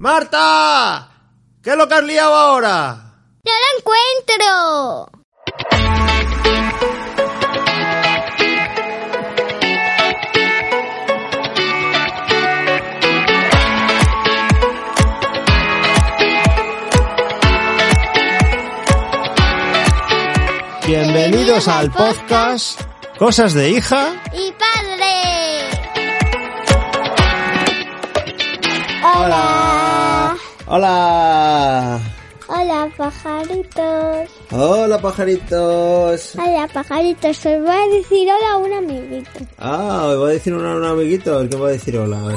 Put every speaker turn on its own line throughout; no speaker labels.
¡Marta! ¿Qué es lo que has liado ahora?
¡No lo encuentro!
Bienvenidos al podcast Cosas de hija.
¡Y padre!
Hola.
Hola, pajaritos.
Hola pajaritos.
Hola, pajaritos. Os voy a decir hola a un amiguito.
Ah, me va a decir un, un amiguito, el que me va a decir hola. A ver.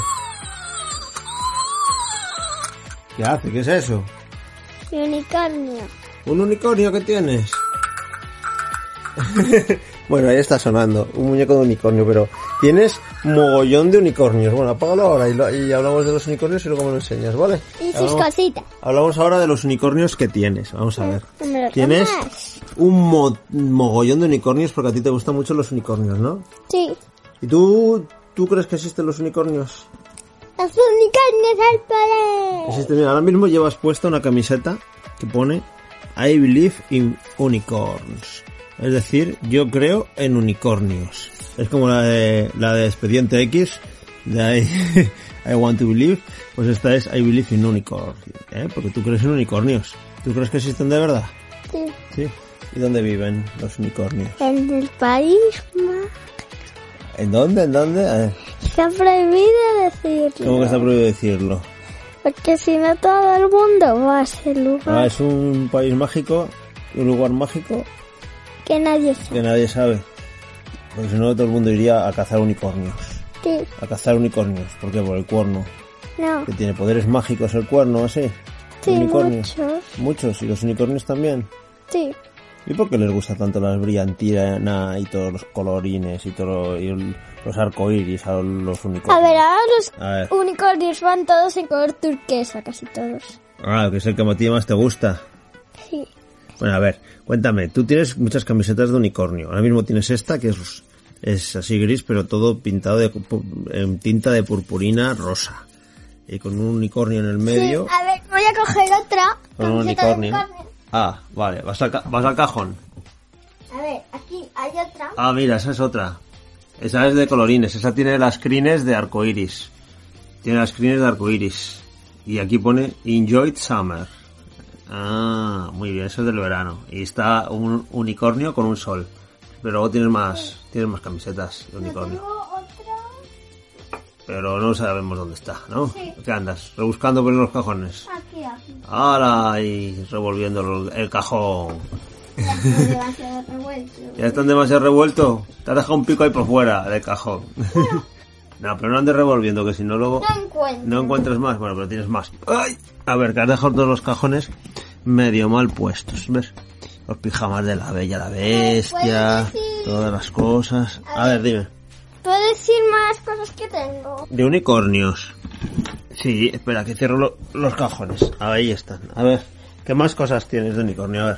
¿Qué hace? ¿Qué es eso?
Y unicornio.
¿Un unicornio que tienes? bueno, ahí está sonando, un muñeco de unicornio, pero tienes mogollón de unicornios. Bueno, apágalo ahora y, lo- y hablamos de los unicornios y luego me lo enseñas, ¿vale?
Y sus
Hablamos-
cositas.
Hablamos ahora de los unicornios que tienes. Vamos a ver.
No me lo
Tienes
comas.
un mo- mogollón de unicornios porque a ti te gustan mucho los unicornios, ¿no?
Sí.
¿Y tú, tú crees que existen los unicornios?
Los unicornios al padre.
Existen. Mira, ahora mismo llevas puesta una camiseta que pone I believe in unicorns. Es decir, yo creo en unicornios. Es como la de, la de Expediente X, de I, I want to believe. Pues esta es I believe in unicorns. ¿eh? Porque tú crees en unicornios. ¿Tú crees que existen de verdad?
Sí.
Sí. ¿Y dónde viven los unicornios?
En el país más.
¿En dónde? ¿En dónde? A ver,
Está prohibido decirlo.
¿Cómo que está prohibido decirlo?
Porque si no todo el mundo va a ese lugar
Ah, es un país mágico, un lugar mágico
que nadie sabe.
que nadie sabe. Porque si no, todo el mundo iría a cazar unicornios.
Sí.
A cazar unicornios. ¿Por qué? Por el cuerno.
No.
Que tiene poderes mágicos el cuerno, así.
Sí,
unicornios.
muchos.
Muchos. Y los unicornios también.
Sí.
¿Y por qué les gusta tanto las brillantinas y todos los colorines y todos los arcoíris a los unicornios?
A ver, ahora los
A ver.
unicornios van todos en color turquesa, casi todos.
Ah, que es el que a ti más te gusta.
Sí.
Bueno, a ver, cuéntame, tú tienes muchas camisetas de unicornio. Ahora mismo tienes esta que es, es así gris, pero todo pintado de, pu- en tinta de purpurina rosa. Y con un unicornio en el medio.
Sí, a ver, voy a coger otra.
con un
camiseta de
unicornio. Ah, vale, vas al, ca- vas al cajón.
A ver, aquí hay otra.
Ah, mira, esa es otra. Esa es de colorines, esa tiene las crines de arcoiris. Tiene las crines de arcoiris. Y aquí pone Enjoyed Summer. Ah, muy bien, eso es del verano. Y está un unicornio con un sol. Pero luego tienes más, tienes más camisetas de unicornio.
Tengo otra.
Pero no sabemos dónde está, ¿no?
Sí.
¿Qué andas? Rebuscando por los cajones.
Aquí, aquí.
¡Hala! Y revolviendo el cajón.
Demasiado revuelto.
Ya están demasiado revueltos. Te has dejado un pico ahí por fuera del cajón. no, pero no andes revolviendo, que si no luego
No encuentro.
no encuentras más. Bueno, pero tienes más. ¡Ay! A ver, que has dejado todos los cajones medio mal puestos. ¿Ves? Los pijamas de la bella, la bestia,
Pues Eh, sí.
todas las cosas. A ver, dime.
¿Puedo decir más cosas que tengo?
De unicornios. Sí, espera, que cierro lo- los cajones. Ahí están. A ver, ¿qué más cosas tienes de unicornio? A ver.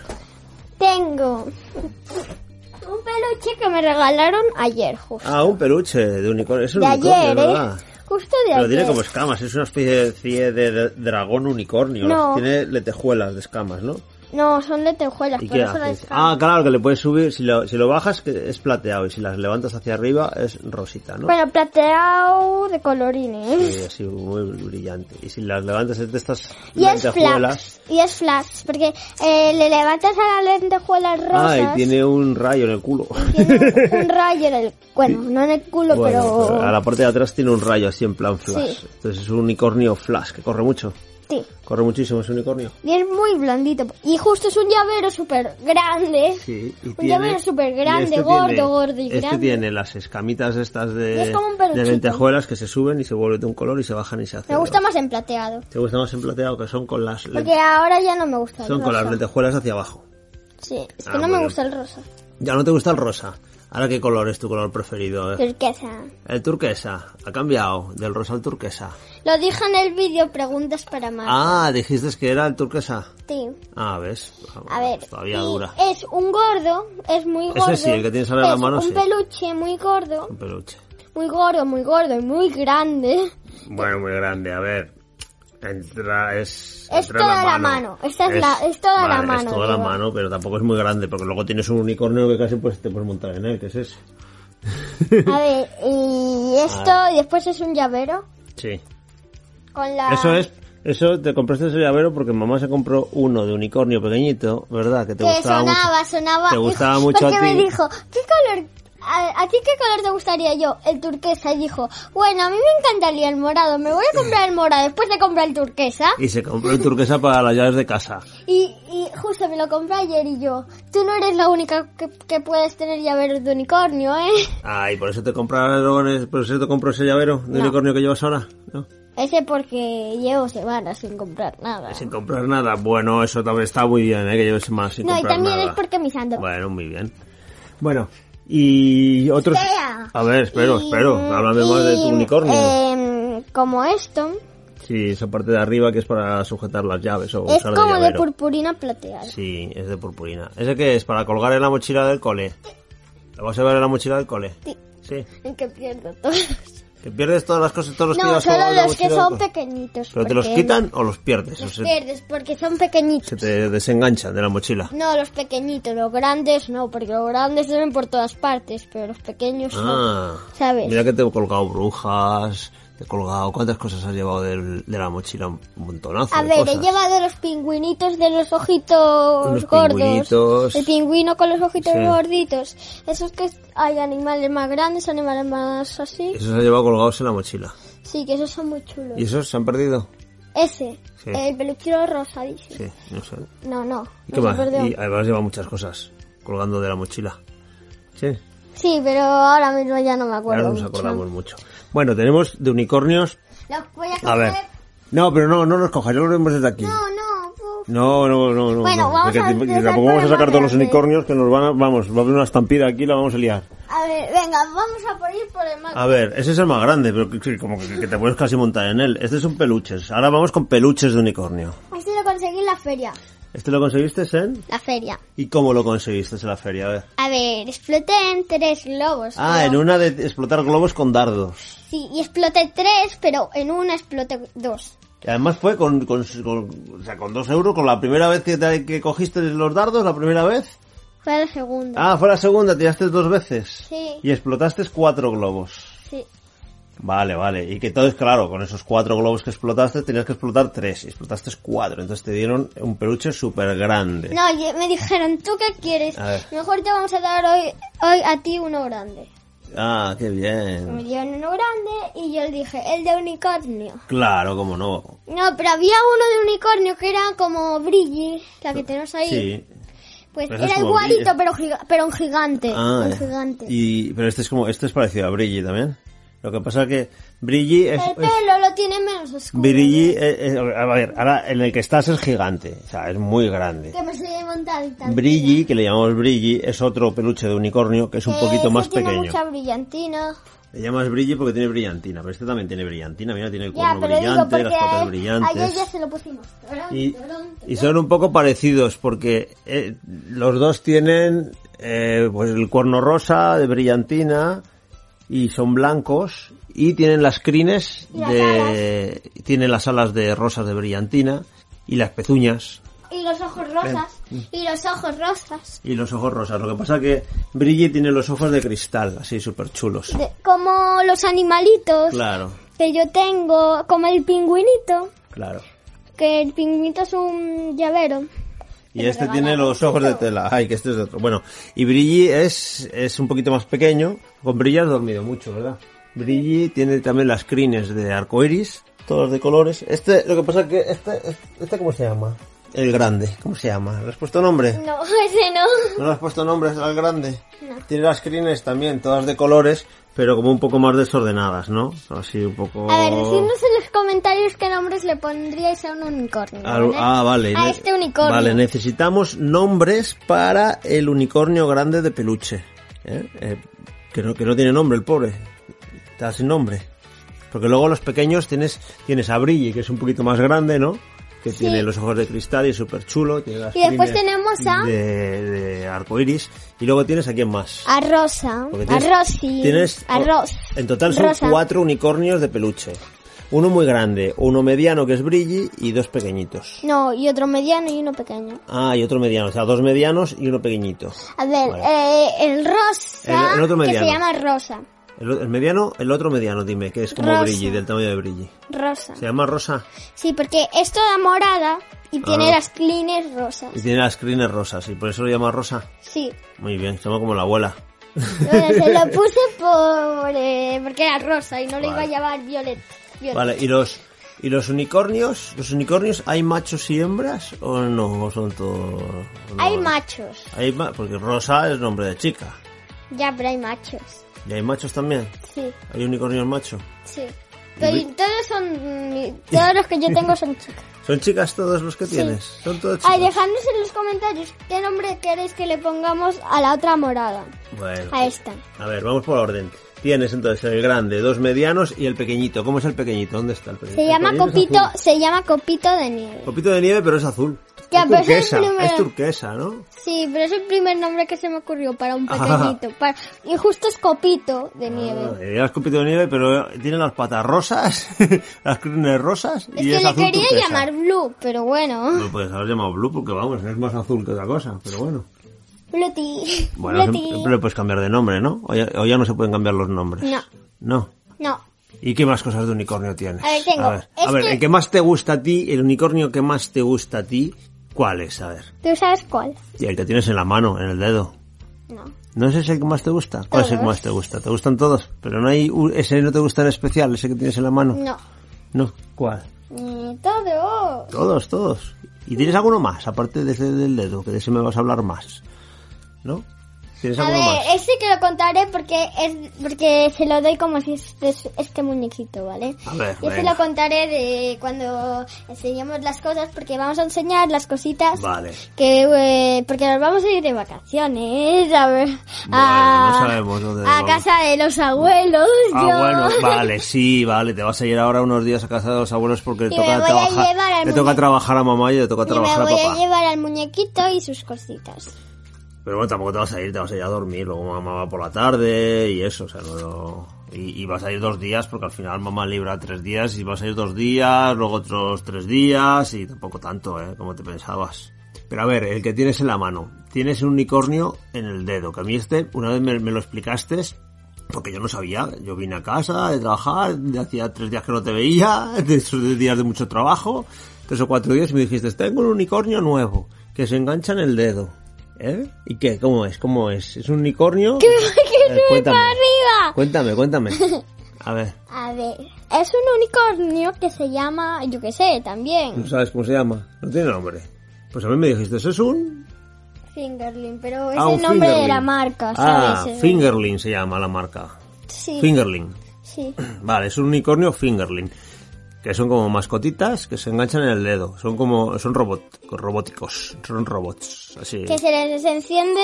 Tengo un peluche que me regalaron ayer, justo.
Ah, un peluche de unicornio. Es un
de
unicornio,
ayer,
de
¿eh?
¿verdad?
Justo de
Pero
ayer.
tiene como escamas, es una especie de, de- de dragón unicornio.
No.
Tiene letejuelas de escamas, ¿no?
No, son de tejuelas,
¿Y
por
qué
eso
hace?
las escamas.
Ah, claro, que le puedes subir, si lo, si lo bajas que es plateado y si las levantas hacia arriba es rosita, ¿no?
Bueno, plateado de colorines.
Sí, así muy brillante. Y si las levantas es de estas
Y es
lentejuelas.
flax, y es flax, porque eh, le levantas a la lentejuela rosa
Ah, y tiene un rayo en el culo.
un rayo en el, bueno, no en el culo,
Bueno,
pero,
a la parte de atrás tiene un rayo así en plan flash.
Sí.
Entonces es un unicornio flash que corre mucho.
sí.
Corre muchísimo ese unicornio.
Y es muy blandito. Y justo es un llavero súper grande.
Sí, y
Un
tiene-
llavero súper
y
grande,
este
gordo,
tiene-
gordo y
este
grande.
tiene las escamitas estas
Y
de,
es como un peluchito.
de lentejuelas que se suben y se vuelven de un color y se bajan y se hacen.
Me gusta
otro.
más en plateado.
¿Te gusta más en plateado? Que son con las,
Porque ahora ya no me gusta el
son con
rosa.
las lentejuelas hacia abajo.
Sí, es que
Ah,
no me
bueno.
gusta el rosa.
Ya no te gusta el rosa. Ahora, ¿qué color es tu color preferido? eh?
Turquesa.
El turquesa. Ha cambiado del rosa al turquesa.
Lo dije en el vídeo preguntas para más.
Ah, dijiste que era el turquesa.
Sí.
Ah, ves. Pues
A ver,
Todavía
y
dura.
es un gordo, es muy
Ese
gordo.
sí, el que tienes ahora en la
es
mano,
un
sí.
peluche muy gordo,
Un peluche.
muy gordo, muy gordo y muy grande.
Bueno, muy grande. A ver. Entra, es,
Es
entra
toda la mano. Esta es la- es toda la
vale,
mano,
Es toda la
digo.
mano, pero tampoco es muy grande, porque luego tienes un unicornio que casi pues, te puedes montar en él, ¿qué es eso?
A ver, y esto, y después es un llavero
Sí.
con la...
Eso es, eso te compraste ese llavero porque mamá se compró uno de unicornio pequeñito, ¿verdad? Que te
que
gustaba
sonaba,
mucho.
sonaba.
Te
y-
gustaba mucho a
porque
ti.
me dijo, ¿qué color, a, a ti qué color te gustaría yo? El turquesa. Y dijo, bueno, a mí me encantaría el morado. Me voy a comprar el morado, después te comprar el turquesa.
Y se compró el turquesa para las llaves de casa.
Y, y justo me lo compré ayer y yo, tú no eres la única que, que puedes tener llaveros de unicornio, ¿eh?
Ay, Ah, por eso te compraron, por eso te compró ese llavero de
No.
unicornio que llevas ahora, ¿no?
Ese porque llevo semanas sin comprar nada.
Sin comprar nada. Bueno, eso también está muy bien, ¿eh? Que lleves más sin
no, y
comprar
también
nada.
es porque mis ando.
Bueno, muy bien. Bueno, y otros...
Espera.
A ver, espero,
Y-
espero. Háblame más de tu
y,
unicornio.
em, como esto,
Sí, esa parte de arriba que es para sujetar las llaves o
es
usar
como de
llavero.
purpurina plateada.
Sí, es de purpurina. ¿Ese qué es? Para colgar en la mochila del cole. ¿Lo vas a ver en la mochila del cole?
Sí.
Sí.
En que pierdo todos.
¿Que pierdes todas las cosas, todos los que
No,
ibas colgando
solo
en la
los que
mochila del
son
cole?
pequeñitos.
¿Pero te los eh.
porque
quitan o los pierdes? O
Los
se,
pierdes porque son pequeñitos.
se te desenganchan de la mochila.
No, los pequeñitos, los grandes no, porque los grandes se ven por todas partes, pero los pequeños no.
Ah.
¿Sabes?
Mira que te he colgado brujas, te he colgado... ¿Cuántas cosas has llevado del- de la mochila? Un montonazo
A
de
ver,
cosas.
he llevado los pingüinitos de los ojitos
Los
gordos.
pingüinitos.
El pingüino con los ojitos
Sí.
gorditos. Esos que hay animales más grandes, animales más así.
Esos has llevado colgados en la mochila.
Sí, que esos son muy chulos.
¿Y esos se han perdido?
Ese,
Sí.
el peluquero rosa, dice.
Sí, no sé.
No,
¿Y
no. no
qué
se
más?
perdió.
Y además lleva muchas cosas colgando de la mochila. Sí.
Sí, pero ahora mismo ya no me acuerdo.
Ahora nos
mucho.
acordamos mucho. Bueno, tenemos de unicornios.
Los voy a
A ver.
coger.
No, pero no, no los cojas, ya los vemos desde aquí.
No, no. uf.
No, no, no, no.
Bueno,
no.
vamos
Porque
a
te-
empezar
tampoco
por
vamos a
el
sacar
más
todos los
grande.
unicornios que nos van a, vamos, va a haber una estampida aquí, la vamos a liar.
A ver, venga, vamos a por ir por el mar.
A ver, ese es el más grande, pero que- que- como que, que te puedes casi montar en él. Este son peluches. Ahora vamos con peluches de unicornio.
Así lo conseguí en la feria.
¿Este lo conseguiste, Sen?
La feria.
¿Y cómo lo conseguiste en la feria? A ver.
A ver, exploté en tres globos.
Ah,
creo.
en una de explotar globos con dardos.
Sí, y exploté tres, pero en una exploté dos.
Que además fue con, con, con- o sea, con dos euros, con la primera vez que, te- que cogiste los dardos, la primera vez.
Fue la segunda.
Ah, fue la segunda, tiraste dos veces.
Sí.
Y explotaste cuatro globos.
Sí.
Vale, vale. Y que todo es claro, con esos cuatro globos que explotaste, tenías que explotar tres. Y explotaste cuatro. Entonces te dieron un peluche súper grande.
No, y me dijeron, ¿tú qué quieres?
A ver.
Mejor te vamos a dar hoy, hoy a ti uno grande.
Ah, qué
Me
bien.
dieron uno grande y yo le dije, el de unicornio.
Claro, cómo no.
No, pero había uno de unicornio que era como Brilli, la que tenemos ahí.
Sí.
Pues
Pero es
era
como
igualito,
Brilli.
pero, giga- pero un gigante.
Ah,
eh, un
ya.
gigante.
Y, pero este es como, este es parecido a Brilli también. Lo que pasa que Brilli es,
el
es-
pelo lo tiene menos oscuro.
Virigi, eh, eh, a ver, ahora en el que estás es gigante, o sea, es muy grande.
Que me sé montar y tal.
Brilli, que le llamamos Brilli, es otro peluche de unicornio que es un
Que
poquito
ese
más
tiene
pequeño.
mucha brillantina.
Le llamas Brilli porque tiene brillantina, pero este también tiene brillantina, mira, tiene el
Ya,
cuerno
pero digo
brillante,
porque
las patas
a- ayer
brillantes.
ya se lo pusimos. Torón,
Y,
torón,
y son un poco parecidos porque eh, los dos tienen eh, pues el cuerno rosa de brillantina y son blancos y tienen las crines
Y las
de tienen las alas de rosas de brillantina y las pezuñas
Y los ojos rosas.
Mm.
Y los ojos rosas.
y los ojos rosas. Lo que pasa que Brilli tiene los ojos de cristal, así súper chulos.
De- como los animalitos
Claro,
que yo tengo. Como el pingüinito.
claro.
Que el pingüinito es un llavero.
Y este tiene los ojos de tela. Ay, que este es de otro. Bueno, y Brilli es, es un poquito más pequeño. Con Brilli has dormido mucho, ¿verdad? Brilli tiene también las crines de arcoiris, todos de colores. Este, lo que pasa que este, este ¿cómo se llama? El grande, ¿cómo se llama? ¿Le has puesto nombre?
No, ese no.
¿No le has puesto nombre al grande? Tiene las crines también, todas de colores, pero como un poco más desordenadas, ¿no? Así un poco...
A ver, decidnos en los comentarios qué nombres le pondríais a un unicornio.
Al-
¿vale?
ah, vale.
A
Ne-
este unicornio.
Vale, necesitamos nombres para el unicornio grande de peluche. ¿eh? Eh, que, no, que no tiene nombre, el pobre. Está sin nombre. Porque luego los pequeños tienes, tienes a Brilli, que es un poquito más grande, ¿no? Que tiene los ojos de cristal y es súper chulo.
Y después tenemos a-
De, de arcoiris. Y luego tienes a quién más.
A Rosa.
Porque
A
tienes-
Rosy.
tienes-
a Ros.
En total son
Rosa.
cuatro unicornios de peluche. Uno muy grande, uno mediano que es Brilli y dos pequeñitos.
No, y otro mediano y uno pequeño.
Ah, y otro mediano, o sea, dos medianos y uno pequeñito.
A ver,
Vale.
eh, el rosa,
El- el otro
que se
mediano.
llama rosa.
El, o- el mediano, el otro mediano, dime, que es como
Rosa.
Brilli, del tamaño de Brilli.
Rosa.
Se llama Rosa
Sí, porque es toda morada y tiene
Ah.
las clines rosas.
y tiene las crines rosas y por eso lo llama Rosa.
Sí.
Muy bien, se llama como la abuela.
Bueno, se lo puse por, eh, porque era rosa y no le iba a
Vale.
llamar violet. violet.
Vale, y los y los unicornios, los unicornios hay machos y hembras o no, ¿O son todos
Hay machos.
Hay ma- porque Rosa es nombre de chica.
Ya, pero hay machos.
Y hay machos también.
Sí,
Hay unicornios macho.
sí. Pero y todos son... Todos los que yo tengo son chicas.
¿Son chicas todos los que tienes? Son todos chicos.
Ay, dejadnos en los comentarios qué nombre queréis que le pongamos a la otra morada.
Bueno.
A esta.
A ver, vamos por orden. Tienes entonces el grande, dos medianos y el pequeñito. ¿Cómo es el pequeñito? ¿Dónde está el pequeñito?
Se
El
llama
pequeñito es
Copito,
azul.
se llama Copito de Nieve.
Copito de nieve, pero es azul.
Ya,
es
pero es el
turquesa,
primero.
es turquesa, ¿no?
Sí, pero es el primer nombre que se me ocurrió para un
Ajá.
pequeñito. para- Y justo es Copito de
Ah,
Nieve.
le llamas copito de nieve, pero tiene las patas rosas, las crines rosas
Es
y
que
es
le
azul
quería
turquesa.
llamar Blue, pero bueno.
No puedes haber llamado Blue porque vamos, es más azul que otra cosa, pero bueno.
Bluti.
Bueno,
Bluti.
siempre le puedes cambiar de nombre, ¿no? O ya, o ya no se pueden cambiar los nombres.
No.
No.
No.
¿Y qué más cosas de unicornio tienes?
A ver, tengo
A ver, a ver,
este-
el que más te gusta a ti, el unicornio que más te gusta a ti, ¿cuál es? A ver.
¿Tú sabes cuál?
Y el que tienes en la mano, en el dedo.
No.
¿No es ese el que más te gusta? ¿Cuál es el que
Todos.
más te gusta? ¿Te gustan todos? Pero no hay u- ese no te gusta en especial, ese que tienes en la mano.
No.
No. ¿Cuál?
Mm, Todo.
Todos, todos. ¿Y tienes alguno más, aparte de ese del dedo, que de ese me vas a hablar más? ¿No? ¿Tienes
A
alguno
ver,
más?
este que lo contaré porque es porque se lo doy como si es de su- este muñequito, ¿vale?
A ver,
Y este
venga.
lo contaré de cuando enseñemos las cosas porque vamos a enseñar las cositas.
Vale.
Que, eh, porque nos vamos a ir de vacaciones, a ver, a,
no sabemos dónde
a
vamos.
casa de los abuelos, yo.
Ah, bueno, vale, sí, vale, te vas a ir ahora unos días a casa de los abuelos porque le
Y me
toca
voy a
trabajar.
llevar al
le toca
muñe-
trabajar a mamá y le toca
Y me
trabajar a
voy a
papá.
llevar al muñequito y sus cositas.
Pero bueno, tampoco te vas a ir, te vas a ir a dormir, luego mamá va por la tarde y eso, o sea, no, no- Y, y vas a ir dos días porque al final mamá libra tres días y vas a ir dos días, luego otros tres días y tampoco tanto, ¿eh? Como te pensabas. Pero a ver, el que tienes en la mano, tienes un unicornio en el dedo, que a mí este, una vez me, me lo explicaste, porque yo no sabía, yo vine a casa de trabajar, de hacía tres días que no te veía, de esos días de mucho trabajo, tres o cuatro días y me dijiste, tengo un unicornio nuevo, que se engancha en el dedo. ¿Eh? ¿Y qué? ¿Cómo es? ¿Cómo es? ¿Es un unicornio? ¿Qué,
sube para arriba?
Cuéntame, cuéntame. A ver,
A ver, es un unicornio que se llama, yo qué sé,
no
también
sabes cómo se llama, no tiene nombre. Pues a mí me dijiste, eso es un...
Fingerling, pero es
ah, un
Pues el nombre de
fingerling".
la marca,
Ah,
¿sabes?
Fingerling se llama la marca.
sí,
Fingerling.
sí.
Vale, es un unicornio fingerling. Que son como mascotitas que se enganchan en el dedo. Son como, son robot, robóticos. Son robots. Así.
Que se les enciende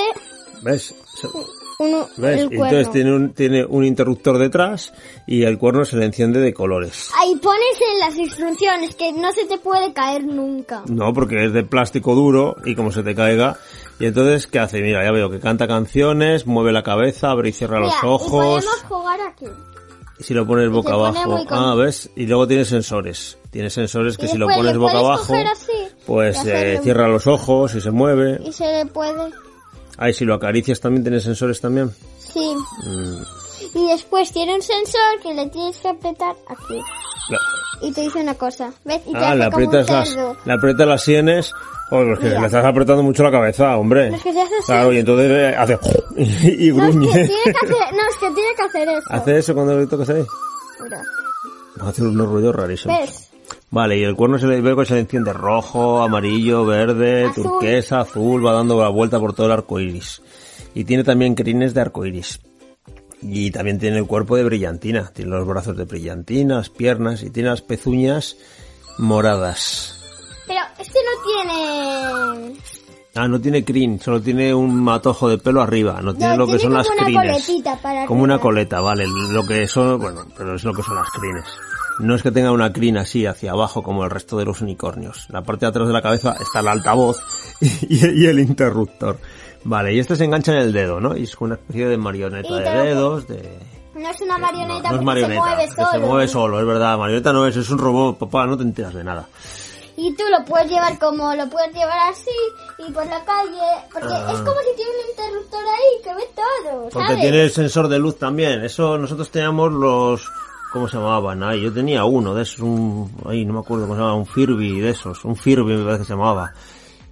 ¿Ves? So-
un,
¿Ves?
el
Y entonces
cuerno.
tiene un, tiene un interruptor detrás y el cuerno se le enciende de colores.
Ahí pones en las instrucciones que no se te puede caer nunca.
No, porque es de plástico duro y como se te caiga. Y entonces, ¿qué hace? Mira, ya veo que canta canciones, mueve la cabeza, abre y cierra
Mira,
los
y
ojos.
podemos jugar aquí.
Y si lo pones boca
pone
abajo.
muy con-
Ah, ¿ves? Y luego tiene sensores. Tiene sensores que
Y
si lo
después
pones
le
boca
puedes
abajo,
coger así
pues
y
eh,
hacerle-
cierra los ojos y se mueve.
Y se le puede...
Ah, y si lo acaricias también tiene sensores también.
Sí.
Mm,
Y después tiene un sensor que le tienes que apretar aquí.
la-
Y te dice una cosa. ¿Ves? Y te
ah,
hace
le
como un
aprietas las,
cerdo.
le aprietas las sienes. Oh, pero es que le estás apretando mucho la cabeza, hombre.
No, es que se hace así.
claro, y entonces eh, hace y, y
No, es que
gruñe.
tiene que hacer, no, es que tiene que hacer eso.
Hace eso cuando le tocas ahí.
Mira.
Hace unos ruidos rarísimos.
¿Ves?
Vale, y el cuerno se le ve que se le enciende rojo, amarillo, verde,
Azul.
turquesa, azul, va dando la vuelta por todo el arco iris. Y tiene también crines de arco iris. Y también tiene el cuerpo de brillantina, tiene los brazos de brillantina, las piernas y tiene las pezuñas moradas.
Pero este no tiene...
Ah, no tiene crin, solo tiene un matojo de pelo arriba, no tiene lo
No,
que
tiene
son
como
las
una
crines.
coletita para
como una
arriba.
coleta, vale, lo que son, bueno, pero es lo que son las crines. No es que tenga una crin así hacia abajo como el resto de los unicornios. La parte de atrás de la cabeza está el altavoz y, y el interruptor. Vale, y este se engancha en el dedo, ¿no? Y es una especie de marioneta
Y
de
te lo-
dedos, de...
Mm, No es una marioneta
No, no
porque
es marioneta,
se mueve
que
solo.
se mueve solo, es verdad. Marioneta no es, es un robot, papá, no te enteras de nada.
Y tú lo puedes llevar como lo puedes llevar así y por la calle. Porque
Ah.
es como si tiene un interruptor ahí que ve todo,
Porque
¿sabes?
tiene el sensor de luz también. Eso nosotros teníamos los... ¿Cómo se llamaban? Ay, yo tenía uno de esos, un... Ay, no me acuerdo cómo se llamaba, un Furby de esos. Un Furby me parece que se llamaba.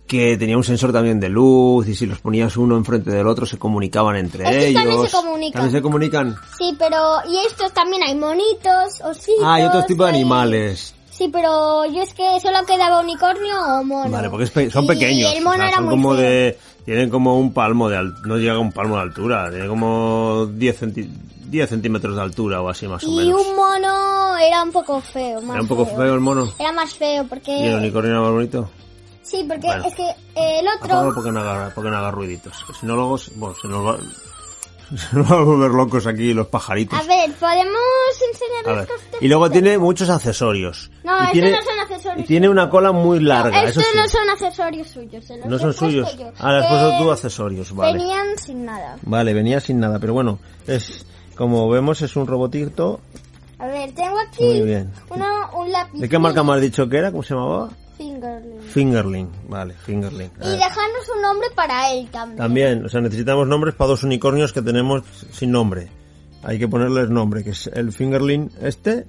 Que tenía un sensor también de luz y si los ponías uno enfrente del otro se comunicaban entre
Estos
ellos.
también se comunican.
También se comunican.
Sí, pero. Y estos también hay monitos, ositos.
Ah, y otros tipos de
hay-
animales.
Sí, pero yo es que solo quedaba unicornio o mono.
Vale, porque es pe- son
Y
pequeños.
el mono
o sea,
era
son
muy
como
feo.
de. Tienen como un palmo de altura. No llega a un palmo de altura. Tiene como 10, centi- 10 centímetros de altura o así más o
Y
menos.
un mono era un poco feo. Más
Era un poco feo el mono.
Era más feo porque...
Y el unicornio era más bonito.
Sí, porque
Bueno.
es que el
Apágalo
otro...
porque no haga, porque no haga ruiditos. que Si no, luego. se- Bueno, se nos va. Se nos va a volver locos aquí los pajaritos.
A ver, ¿podemos enseñar
A
las
ver.
cosas?
Y luego tiene muchos accesorios.
No,
y
estos
tiene,
no son accesorios.
Y tiene una cola muy larga. eso
Estos
sí.
no son accesorios suyos. se los
No
he
son
puesto
suyos.
yo.
Ah, le has puesto
Eh,
tú accesorios, vale.
Venían sin nada.
Vale, venía sin nada, pero bueno, es como vemos es un robotito.
A ver, tengo aquí
Muy bien.
Uno, un lápiz.
¿De qué marca me has dicho que era? ¿Cómo se llamaba?
Fingerling.
Fingerling, vale, Fingerling. A
Y
ver.
dejarnos un nombre para él también.
Ah. También, o sea, necesitamos nombres para dos unicornios que tenemos sin nombre. Hay que ponerles nombre, que es el Fingerling este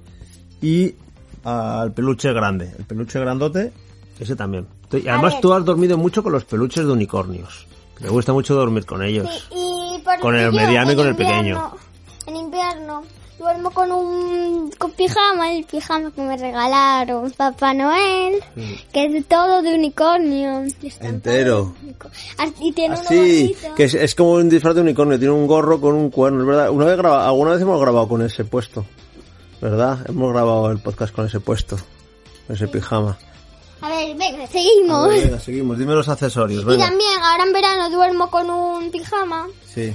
y ah, al peluche grande, el peluche grandote, ese también. Y además
ver.
tú has dormido mucho con los peluches de unicornios. Me gusta mucho dormir con ellos.
Y, y por
Con
lo
el
que yo,
mediano y
en
con el pequeño.
invierno- En invierno duermo con un con pijama, el pijama que me regalaron Papá Noel, que es de todo de unicornio. Y está
Entero.
todo de unicornio. Ah, Y tiene uno
Así,
bonito.
que es, es como un disfraz de unicornio, tiene un gorro con un cuerno, es verdad. Una vez graba, alguna vez hemos grabado con ese puesto, ¿verdad? Hemos grabado el podcast con ese puesto, con ese pijama.
A ver, venga, seguimos.
Venga, seguimos, dime los accesorios,
Y
venga.
también ahora en verano duermo con un pijama
Sí,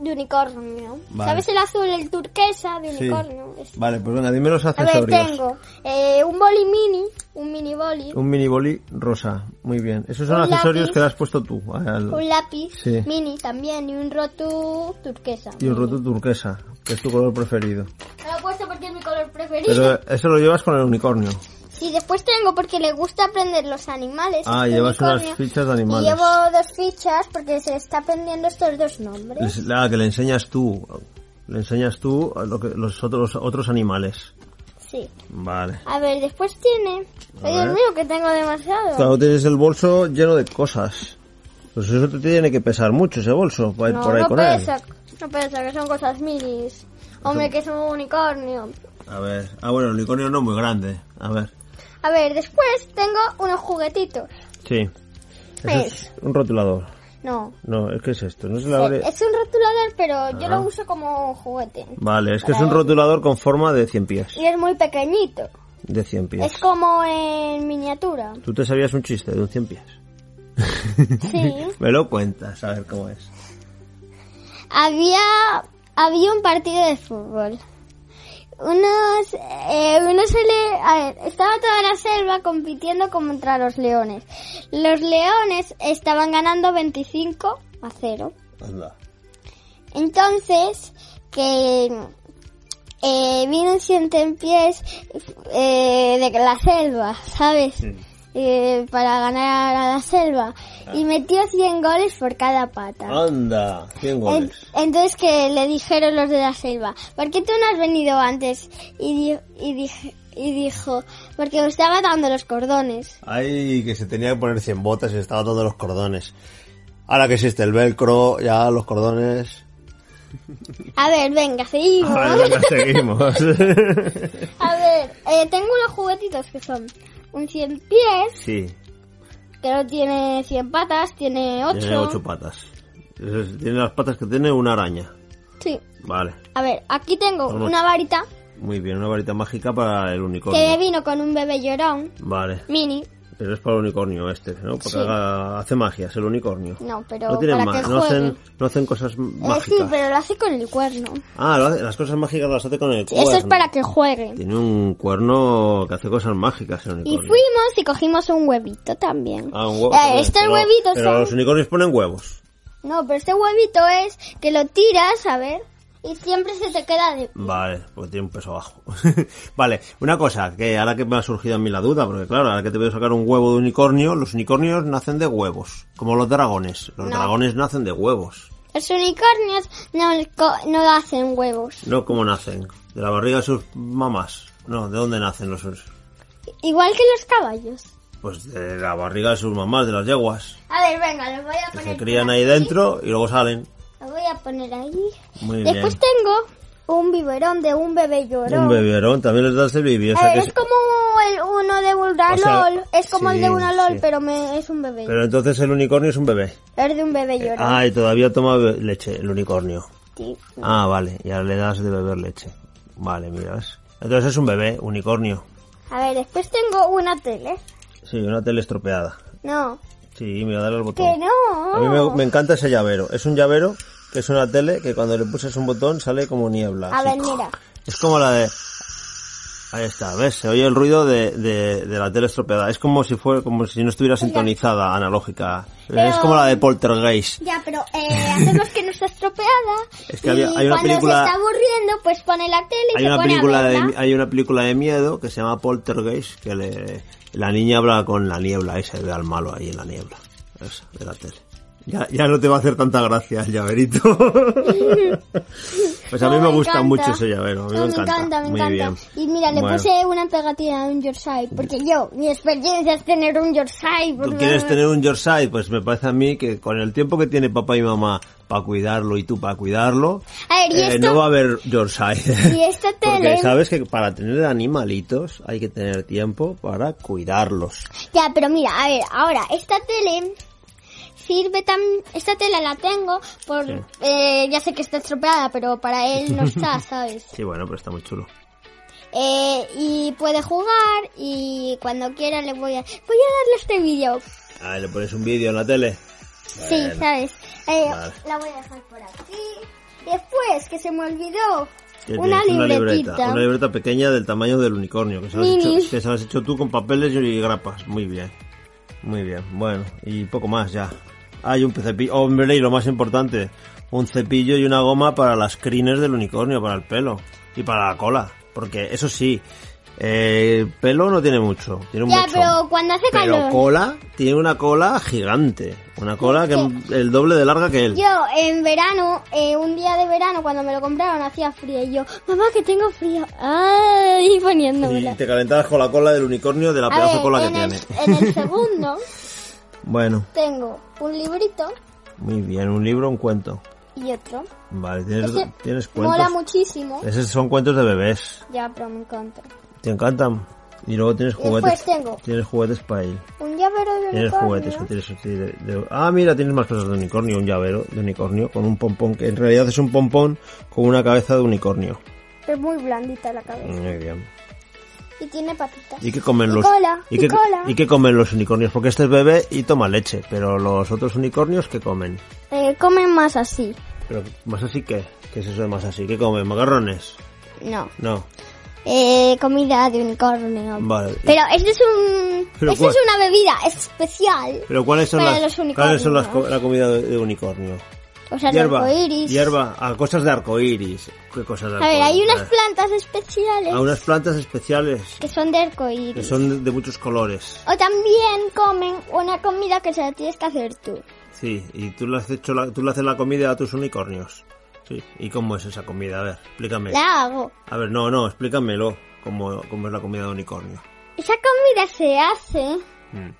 de unicornio.
Vale.
¿Sabes el azul, el turquesa de
sí.
unicornio? Es-
Vale, pues venga, dime los
A ver,
accesorios.
tengo eh, un boli mini, un mini boli,
Un mini boli rosa, muy bien. Esos son
Un
accesorios
lápiz.
que le has puesto tú. al-
un lápiz
Sí.
mini también y un rotu turquesa.
Y un roto turquesa, que es tu color preferido.
Me lo he puesto porque es mi color preferido.
Pero eso lo llevas con el unicornio.
Sí, después tengo porque le gusta aprender los animales.
Ah,
este
llevas unas
unicornio.
fichas de animales.
Y llevo dos fichas porque se está aprendiendo estos dos nombres.
Les- La que le enseñas tú. Le enseñas tú a lo que, los otros, otros animales.
Sí.
Vale.
A ver, después tiene...
A
Ay, Dios
ver.
mío, que tengo demasiado.
Claro, tienes el bolso lleno de cosas. Pues eso te tiene que pesar mucho ese bolso para ir
no,
por ahí
no
con
pesa,
él.
no pesa, que son cosas minis. Hombre, que es un unicornio.
A ver. Ah, bueno, el unicornio no muy grande. A ver.
A ver, después tengo unos juguetitos.
Sí. Eso
Es.
es un rotulador.
No,
No, es que es esto. No se le abre-
es un rotulador, pero yo lo uso como juguete.
Vale, es que es
Para
un
él.
rotulador con forma de 100 pies.
Y es muy pequeñito.
De 100
Es
pies.
como en miniatura.
¿Tú te sabías un chiste de un 100 pies?
Sí.
Me lo cuentas, a ver cómo es.
había, había un partido de fútbol. Unos, eh, unos ele- a ver, estaba toda la selva compitiendo contra los leones. Los leones estaban ganando 25 a 0.
Anda.
Entonces, que eh, vino un cientempiés eh, de la selva, ¿sabes?
Mm.
Eh, para ganar a la selva.
Ah.
Y metió 100 goles por cada pata.
Anda, 100
En-
Ah, goles.
entonces que le dijeron los de la selva, ¿por qué tú no has venido antes? Y, di- y, dije- y dijo, porque me estaba dando los cordones.
Ay, que se tenía que poner 100 botas y estaba todos los cordones. Ahora que existe el velcro, ya los cordones.
A ver, venga, seguimos.
A ver, venga, seguimos.
A ver, eh, tengo unos juguetitos que son un 100 pies,
sí,
que no tiene 100 patas, tiene 8.
tiene ocho patas. Es- Tiene las patas que tiene una araña.
Sí.
Vale,
A ver, aquí tengo
Vamos.
una varita
muy bien, una varita mágica para el
que me
unicornio.
vino con un bebé llorón,
Vale,
mini.
pero es para el unicornio este, ¿no? Porque
Sí.
haga- hace magias el unicornio.
No, pero
no tienen
para
ma-
que
no
juegue.
hacen, no hacen cosas
Eh,
mágicas.
sí, pero lo hace con el cuerno.
Ah, lo hace- las cosas mágicas las hace con el
Sí,
cuerno.
Eso es para que juegue.
Tiene un cuerno que hace cosas mágicas el
Y
unicornio.
fuimos y cogimos un huevito también.
Ah, un huevo.
Eh,
también,
este
pero-
huevito
Pero
son-
los unicornios ponen huevos.
No, pero este huevito es que lo tiras, a ver. y siempre se te queda de...
Vale, porque tiene un peso bajo. vale, una cosa, que ahora que me ha surgido a mí la duda, porque claro, ahora que te voy a sacar un huevo de unicornio, los unicornios nacen de huevos, como los dragones. Los
No.
dragones nacen de huevos,
Los unicornios no, co- no hacen huevos.
no como nacen, de la barriga de sus mamás. No, ¿de dónde nacen los
Igual que los caballos.
Pues de la barriga de sus mamás, de las yeguas,
A ver, venga, los voy
que
a poner.
se
por
crían
aquí.
ahí dentro y luego salen.
Los voy a poner ahí.
Muy
Después
bien.
tengo un biberón de un bebé llorón.
Un beberón, también les das el bibi, o
A
sea
ver,
que
es
se-
como el uno de Bulldog
O sea,
LOL, es como el
sí,
de una LOL,
sí.
pero me, es un bebé.
Pero entonces el unicornio es un bebé.
Es de un bebé llorón.
Ah, y todavía toma be- leche el unicornio.
Sí.
Ah, vale, y ahora le das de beber leche. Vale, mira, ¿ves? Entonces es un bebé, unicornio.
A ver, después tengo una tele.
Sí, una tele estropeada.
No,
Sí, mira, dale al botón.
que no.
A mí me, me encanta ese llavero. Es un llavero que es una tele que cuando le pulsas un botón sale como niebla.
A
así.
ver, mira.
Es como la de... Ahí está, ¿ves? Se oye el ruido de, de, de la tele estropeada. Es como si fue, como si no estuviera sintonizada, analógica. Es
Pero-
como la de Poltergeist.
Ya, pero eh, hacemos que no está estropeada.
Es que había-
y
hay una
cuando
película-
se está aburriendo, pues pone la tele y
hay
se
una
pone
película
a verla.
de hay una película de miedo que se llama Poltergeist que le- la niña habla con la niebla y se ve al malo ahí en la niebla esa de la tele ya, ya no te va a hacer tanta gracia el llaverito pues a mí
No,
me, gusta
encanta.
mucho ese llavero a mí
No,
me encanta,
Ah, me
muy
encanta.
bien
Y mira, le
Bueno,
puse una pegatina de un Yorkshire, porque yo, mi experiencia es tener un Yorkshire.
¿Tú
porque-
quieres tener un Yorkshire? Pues me parece a mí que con el tiempo que tiene papá y mamá para cuidarlo y tú para cuidarlo,
A ver, y
eh,
esto-
no va a haber Yorkshire.
Y esta
Porque
tele...
sabes que para tener animalitos hay que tener tiempo para cuidarlos.
Ya, pero mira, a ver, ahora, esta tele sirve tan... Esta tele la tengo por...
Sí.
eh, ya sé que está estropeada, pero para él no está, ¿sabes?
Sí, bueno, pero está muy chulo.
Eh, y puede jugar y cuando quiera le voy a... Voy a darle este vídeo.
Ah, le pones un vídeo en la tele.
Sí, ¿sabes? Eh,
Vale.
La voy a dejar por aquí. Después, que se me olvidó.
Que
Una
tienes
libretita.
Una libreta pequeña del tamaño del unicornio, que se, las has
Mini.
hecho, que se las has hecho tú con papeles y grapas. Muy bien. Muy bien. Bueno, y poco más ya. Hay un cepillo. Hombre, y lo más importante, un cepillo y una goma para las crines del unicornio, para el pelo y para la cola. Porque eso sí, eh, pelo no tiene mucho, tiene un
ya,
mechón.
pero cuando hace
Pero
calor...
cola, tiene una cola gigante. Una cola que el doble de larga que él.
Yo en verano, eh, un día de verano cuando me lo compraron hacía frío y yo, mamá que tengo frío, ay
Y
poniéndomela.
te calentabas con la cola del unicornio de la
A
pedazo
ver,
cola que
en,
tiene.
el, en el segundo
Bueno,
tengo un librito
muy bien, un libro, un cuento.
y otro.
Vale, tienes,
Ese
tienes
mola ¿eh?
cuentos.
muchísimo.
Esos son cuentos de bebés.
Ya, pero me encanta.
Te encantan. Y luego tienes
Después
juguetes.
tengo
Tienes juguetes para él.
un llavero de
Tienes juguetes que
unicornio.
tienes así de- de- Ah, mira, tienes más cosas de unicornio, un llavero de unicornio con un pompón, que en realidad es un pompón con una cabeza de unicornio.
Es muy blandita la cabeza.
Muy bien.
Y tiene patitas.
¿Y qué comen los
cola,
¿y
y
qué,
cola.
¿y qué comen los unicornios? Porque este es bebé y toma leche, pero los otros unicornios ¿qué comen?
Eh, comen más así.
Pero más así que ¿qué es eso de más así? ¿Qué comen? Macarrones.
No.
No.
Eh, comida de unicornio.
Vale.
Pero esto es un...
Pero
esto es
cuál-
una bebida especial.
Pero cuáles son
Para
las
los unicornios.
cuáles son las co- la comida de, de unicornio?
O sea,
hierba,
de arcoíris.
hierba, ah, cosas de arcoíris. ¿Qué cosas de
A ver, hay
arcoíris?
unas plantas especiales
Ah, unas plantas especiales
que son de
que
arcoíris.
son de muchos colores.
O también comen una comida que se la tienes que hacer tú.
Sí, y tú le has hecho la, tú le haces la comida a tus unicornios. Sí. ¿Y cómo es esa comida? A ver, explícame.
La hago.
A ver, no, no, explícamelo, cómo, cómo es la comida de unicornio.
Esa comida se hace.
Mm.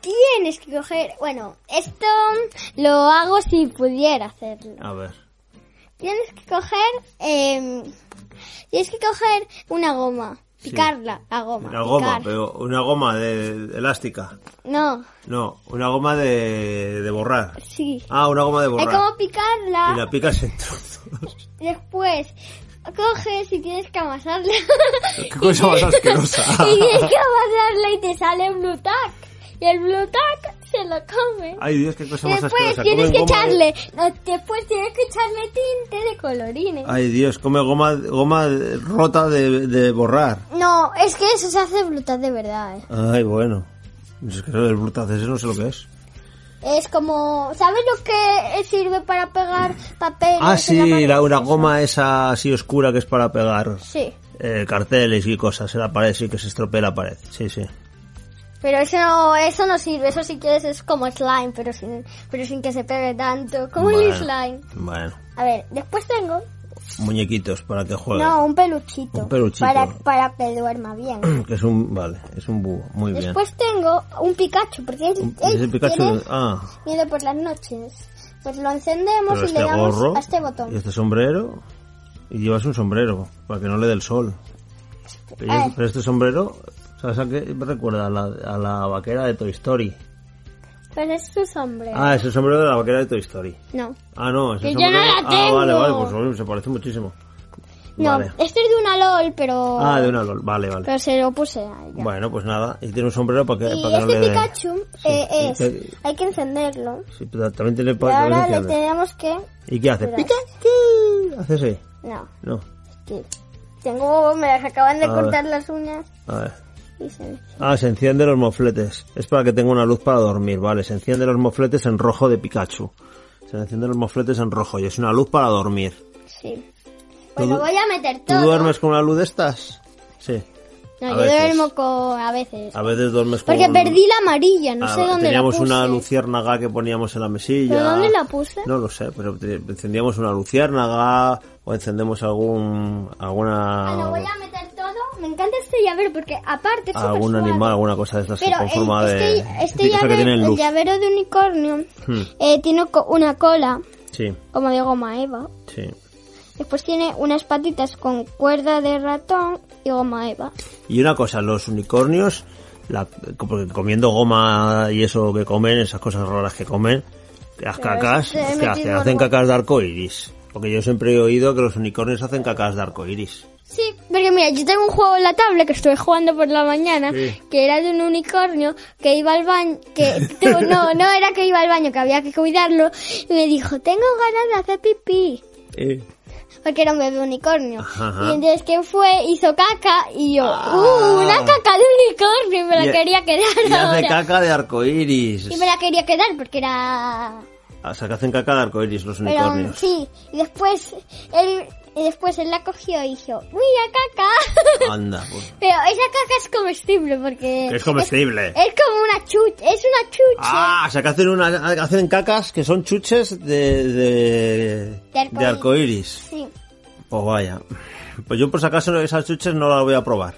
Tienes que coger. Bueno, esto lo hago si pudiera hacerlo.
A ver.
Tienes que coger. eh, tienes que coger una goma. Picarla, la goma.
Una goma,
picar.
pero una goma de, de elástica.
No,
No, una goma de, de borrar.
sí.
Ah, una goma de
Hay
borrar.
como picarla.
Y la picas en trozos.
Después coges y tienes que amasarla.
Qué cosa más asquerosa.
y tienes que amasarla y te sale blue tack. Y el blue tack se lo come.
Ay, Dios, qué cosa más
Después
asquerosa.
tienes
Comen
que
goma de-
echarle, no, después tienes que echarle tinte de colorines.
Ay, Dios, come goma, goma de- rota de, de borrar.
No, es que eso se hace brutal de verdad. eh.
Ay, bueno. Es que el brutaz ese no sé lo que es.
Es como, ¿sabes lo que sirve para pegar papel?
Ah, sí, la, una goma esa así oscura que es para pegar
Sí,
eh, carteles y cosas en la pared, sí, que se estropea la pared. Sí, sí.
pero eso no, eso no sirve, eso si quieres es como slime, pero sin, pero sin que se pegue tanto, como
Bueno,
el slime.
Bueno,
A ver, después tengo,
muñequitos para que juegue.
no, un peluchito,
Un peluchito.
para para que duerma bien.
Que es un, vale, es un búho, muy bien.
Después eh, tengo un Pikachu, porque él,
Un-
él
ese Pikachu,
tiene
ah,
miedo por las noches. Pues lo encendemos
pero
y le
este
damos
gorro
a este
y
botón.
este sombrero y llevas un sombrero para que no le dé el sol. Pero,
Ah.
pero este sombrero, ¿sabes a qué me recuerda? A la, a la vaquera de Toy Story.
Pero Pues es su sombrero.
Ah, es el sombrero de la vaquera de Toy Story.
No.
Ah, no, es el
Que yo no
sombrero-
la
Ah, vale,
tengo.
vale, pues uy, se parece muchísimo.
No,
Vale.
este es de una LOL, pero...
Ah, de una LOL, vale, vale.
Pero se lo puse a ella.
Bueno, pues nada, y tiene un sombrero para que,
y
Eh, para que no
este
le dé...
Pikachu eh,
sí,
es...
que-
Hay que encenderlo.
Sí, pero también tiene
Y
para
ahora le tenemos que...
¿Y qué hace?
Mira.
¡Pikachu! Hace así.
No,
No,
que... Tengo... Me las acaban de
A
cortar las uñas.
a ver.
Y se...
Ah, se enciende los mofletes. Es para que tenga una luz para dormir, vale. Se enciende los mofletes en rojo de Pikachu. Se encienden los mofletes en rojo y es una luz para dormir.
Sí.
Tú
Pues
du-
lo voy a meter
¿Tú
todo.
duermes con una luz de estas? Sí.
No,
a
yo
veces.
duermo con... A veces.
A veces duermes con...
Porque perdí la amarilla, no
Ah,
sé dónde la
Teníamos
puse.
una luciérnaga que poníamos en la mesilla.
¿Pero dónde la puse?
No lo sé, pero te- encendíamos una luciérnaga o encendemos algún... alguna...
Ah, lo voy a meter todo. Me encanta este llavero porque aparte es súper
algún
suave.
animal, alguna cosa de estas
Pero
con
el-
forma de...
este, este
típica que
llavero,
tienen
el
luz.
llavero de unicornio
Hmm.
eh, tiene co- una cola
Sí,
como de goma eva.
sí.
Después tiene unas patitas con cuerda de ratón y goma eva.
Y una cosa, los unicornios, la, porque comiendo goma y eso que comen, esas cosas raras que comen, las
Pero
cacas,
se
que
meten
hacen,
por
hacen
goma.
cacas de arco iris. Porque yo siempre he oído que los unicornios hacen cacas de arco iris.
Sí, porque mira, yo tengo un juego en la tablet que estuve jugando por la mañana,
Sí.
que era de un unicornio que iba al baño, que tú- no, no era que iba al baño, que había que cuidarlo, y me dijo, tengo ganas de hacer pipí, porque era un bebé unicornio.
Ajá, ajá.
Y entonces que fue, hizo caca, y yo,
Ah.
¡uh, una caca de unicornio! Y me la
Y-
quería quedar
Y hace
ahora.
caca de arco iris.
Y me la quería quedar porque era...
O sea, que hacen caca de arco iris los
Pero
unicornios.
sí, y después él, y después él la cogió y dijo, ¡mira caca!
Anda, pues.
Pero esa caca es comestible porque...
Es comestible.
Es, es como una chucha, es una chucha.
Ah, o sea que hacen, una, hacen cacas que son chuches de, de,
De arcoíris.
de arcoíris.
Sí,
Pues vaya. Pues yo por si acaso esas chuches no las voy a probar.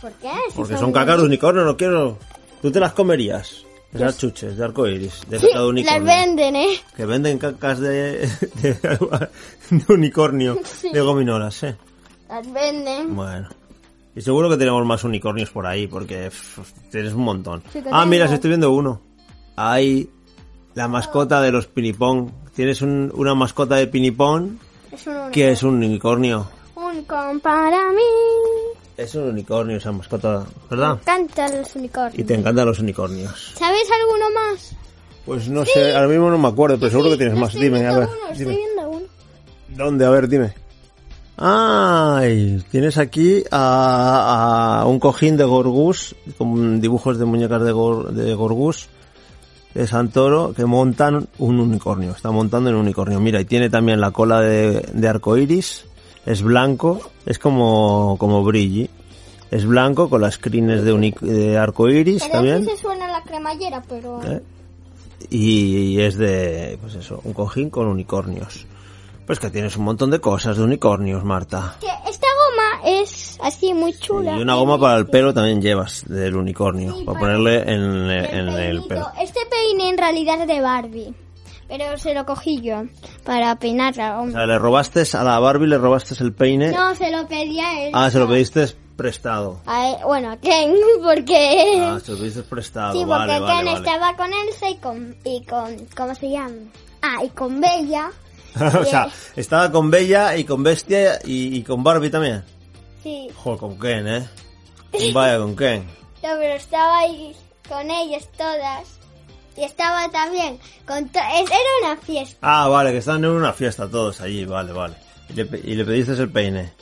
¿por qué? Si
Porque son cacas de unicornio, no quiero. ¿Tú te las comerías? Esas chuches de arcoiris, de
Pues Sí,
caca de
las
unicornio.
venden, ¿eh?
Que venden cacas de, de, de unicornio, de gominolas, eh.
Las venden.
Bueno. Y seguro que tenemos más unicornios por ahí, porque pff, tienes un montón.
Sí, que
ah, mira,
tengo.
si estoy viendo uno. Ahí, la mascota de los pinipón. Tienes un- una mascota de pinipón
Es un
que es un unicornio.
unicorn para mí.
Es un unicornio esa mascota, ¿verdad?
Cantan los
Y
unicornios.
te encantan los unicornios.
¿Sabes alguno más?
Pues no sé, ahora mismo no me acuerdo, pero seguro que tienes
No
más.
estoy
Dime, a
viendo
ver.
uno,
dime.
Estoy viendo uno.
¿Dónde? A ver, dime. Ay, tienes aquí a, a un cojín de Gorgus, con dibujos de muñecas de, Gor- de Gorgus, de Santoro, que montan un unicornio. Está montando un unicornio. Mira, y tiene también la cola de, de arco Es blanco, es como, como Brilli. Es blanco con las crines de, uni- de arco
Pero
también.
sí se suena la cremallera, pero...
¿eh? Y es de, pues eso, un cojín con unicornios. Pues que tienes un montón de cosas de unicornios, Marta.
Que esta goma es así muy
Y
chula.
una goma para el pelo también llevas del unicornio,
Sí,
para
para-
ponerle en, en el
peinito.
pelo.
Este peine en realidad es de Barbie. Pero se lo cogí yo para peinarla.
O
hombre.
sea, le robaste a la Barbie, le robaste el peine.
No, se lo pedí a él.
Eh. ah, se lo pediste prestado.
A él- bueno, a Ken, porque...
Ah, se lo pediste prestado.
sí, porque
vale,
Ken
vale, vale.
estaba con Elsa y con, y con... ¿Cómo se llama? Ah, y con Bella.
o sea, estaba con Bella y con Bestia y, y con Barbie también.
Sí,
Joder, con Ken, ¿eh? Vaya, con Ken.
no, pero estaba ahí con ellas todas. Y estaba también con... to- es- Era una fiesta.
Ah, vale, que están en una fiesta todos allí, vale, vale. Y le, pe- y le pediste el peine.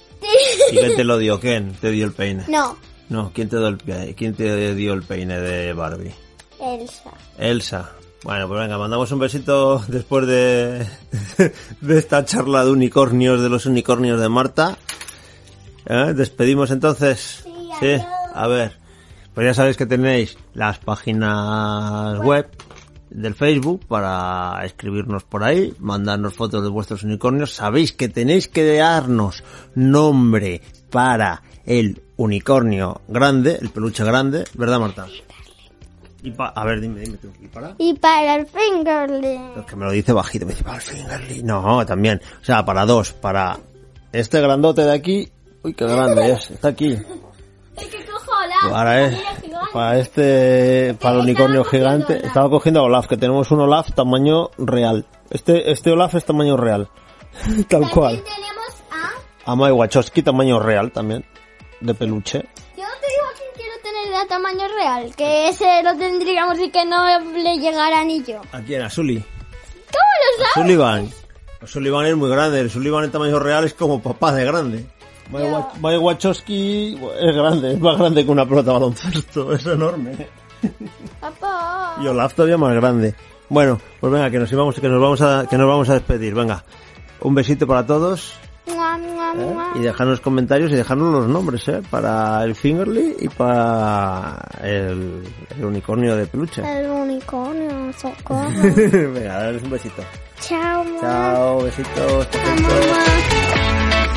¿Y quién te lo dio? ¿Quién te dio el peine?
No,
No, ¿quién te dio el, pe- quién te dio el peine de Barbie?
Elsa.
Elsa. Bueno, pues venga, mandamos un besito después de, de esta charla de unicornios, de los unicornios de Marta. ¿Eh? Despedimos entonces.
Sí, adiós.
a ver. Pues ya sabéis que tenéis las páginas web del Facebook para escribirnos por ahí, mandarnos fotos de vuestros unicornios. Sabéis que tenéis que darnos nombre para el unicornio grande, el peluche grande, ¿verdad Marta? Y pa- a ver, dime, dime tú. ¿Y para?
Y para el fingerling.
Es que me lo dice bajito, me dice, para el fingerling. No, también. O sea, para dos, para este grandote de aquí. Uy, qué grande es, está aquí. Para, Pues es- para este, para el unicornio gigante. Estaba cogiendo a Olaf, que tenemos un Olaf tamaño real. Este, este Olaf es tamaño real. Tal cual.
tenemos a...
A Mai Wachowski tamaño real también. De peluche.
Yo no te digo a quién quiero tener de tamaño real, que ese lo tendríamos y que no le llegara ni yo.
¿A quién? ¿A Sully?
¿Cómo lo sabes?
Sullivan. Sullivan es muy grande. El Sullivan en tamaño real es como papá de grande. Mike Wa- Mike Wachowski es grande, es más grande que una pelota de baloncesto, es enorme.
Papá.
Y Olaf todavía más grande. Bueno, pues venga, que nos íbamos, que nos vamos a, que nos vamos a despedir, venga. Un besito para todos
Mua, mua,
¿eh?
mua.
y dejarnos comentarios y dejarnos los nombres, eh, para el Fingerly y para el, el unicornio de peluche.
El unicornio, socorro.
venga, darles un besito.
Chao, mamá.
Chao, besitos.
mamá.